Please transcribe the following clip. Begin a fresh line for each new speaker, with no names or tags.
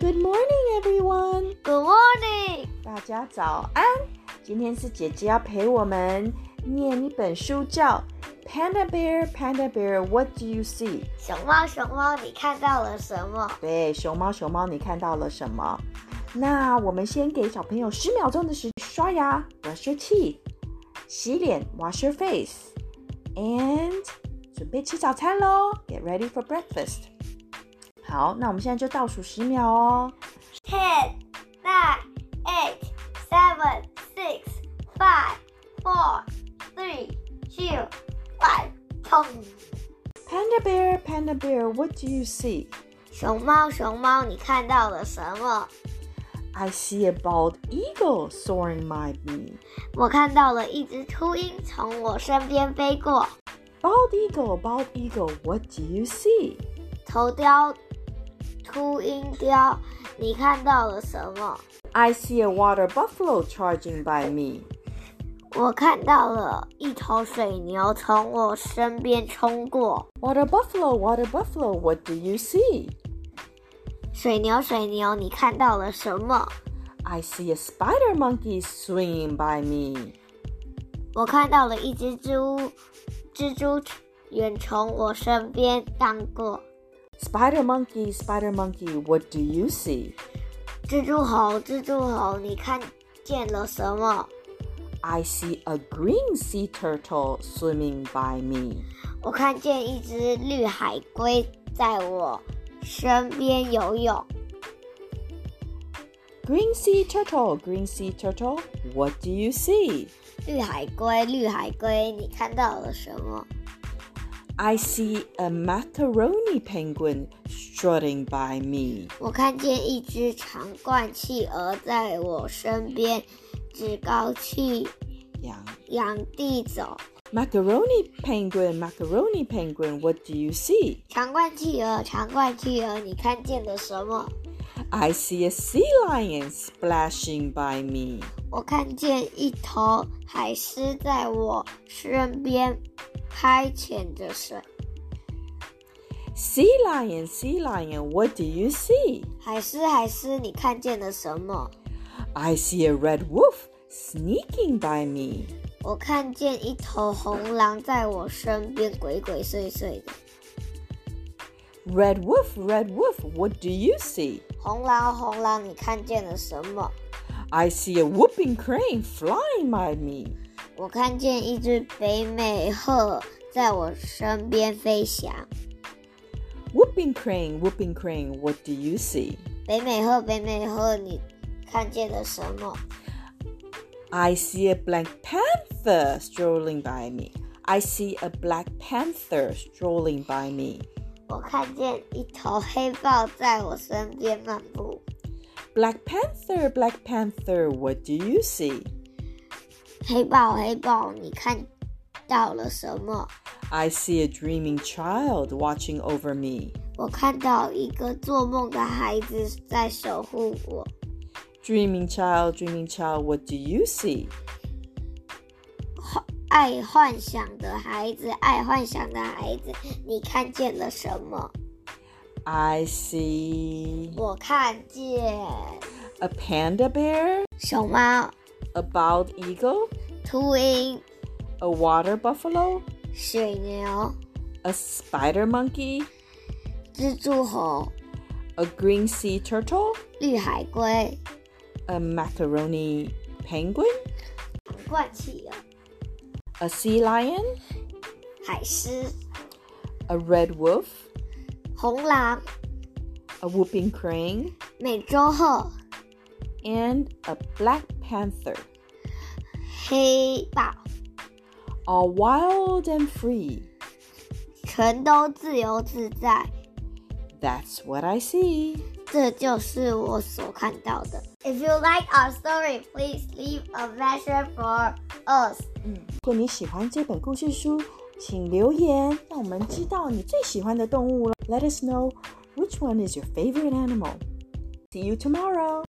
Good morning, everyone.
Good morning，
大家早安。今天是姐姐要陪我们念一本书，叫《Panda Bear, Panda Bear, What Do You See》。
熊猫熊猫，你看到了什么？
对，熊猫熊猫，你看到了什么？那我们先给小朋友十秒钟的时间刷牙，brush your teeth，洗脸，wash your face，and 准备吃早餐喽，get ready for breakfast。好，那我们现在就倒数十秒哦。
Ten, nine, eight, seven, six, five, four, three, two, one，砰！
Panda Bear, Panda Bear, what do you see?
熊猫熊猫，你看到了什么？
I see a bald eagle soaring by me.
我看到了一只秃鹰从我身边飞过，
Bald eagle, bald eagle, what do you see?
头雕秃鹰雕，你看到了什么？
I see a water buffalo charging by me.
我看到了一头水牛从我身边冲过。
Water buffalo, water buffalo, what do you see?
水牛水牛，你看到了什么？
I see a spider monkey swinging by me.
我看到了一只猪，蜘蛛远从我身边荡过。
Spider monkey, spider monkey, what do you see?
蜘蛛猴，蜘蛛猴，你看见了什么？
I see a green sea turtle swimming by me.
我看见一只绿海龟在我身边游泳。
Green sea turtle, green sea turtle, what do you see?
绿海龟，绿海龟，你看到了什么？
I see a macaroni penguin strutting by me.
我看见一只长冠企鹅在我身边趾高气
羊
扬地走。
Macaroni penguin, macaroni penguin, what do you see?
长冠企鹅，长冠企鹅，你看见了什么？
I see a sea lion splashing by me.
我看见一头海狮在我身边拍潜着水。
Sea lion, sea lion, what do you see?
海狮，海狮，你看见了什么？
I see a red wolf sneaking by me.
我看见一头红狼在我身边鬼鬼祟祟的。
Red wolf, red wolf, what do you see?
红狼，红狼，你看见了什么？
I see a whooping crane flying by me.
我看见一只北美鹤在我身边飞翔。
Whooping crane, whooping crane, what do you see?
北美鹤，北美鹤，你看见了什么？
I see a black panther strolling by me. I see a black panther strolling by me.
我看见一头黑豹在我身边漫步。
Black panther, black panther, what do you see?
黑豹，黑豹，你看到了什么？
I see a dreaming child watching over me.
我看到一个做梦的孩子在守护我。
Dreaming child, dreaming child, what do you see?
幻爱幻想的孩子，爱幻想的孩子，你看见了什么？
I see
我看见
a panda bear,
熊猫、
a bald eagle,
秃鹰、
a water buffalo,
水牛、
a spider monkey,
蜘蛛猴、
a green sea turtle,
绿海龟、
a macaroni penguin,
长冠企鹅、
a sea lion,
海狮、
a red wolf,
红狼、
a whooping crane,
美洲鹤、
and a black panther,
黑豹，
all wild and free.
全都自由自在。
That's what I see.
这就是我所看到的。If you like our story, please leave a message for us.
如果你喜欢这本故事书，请留言，让我们知道你最喜欢的动物了。Let us know which one is your favorite animal. See you tomorrow.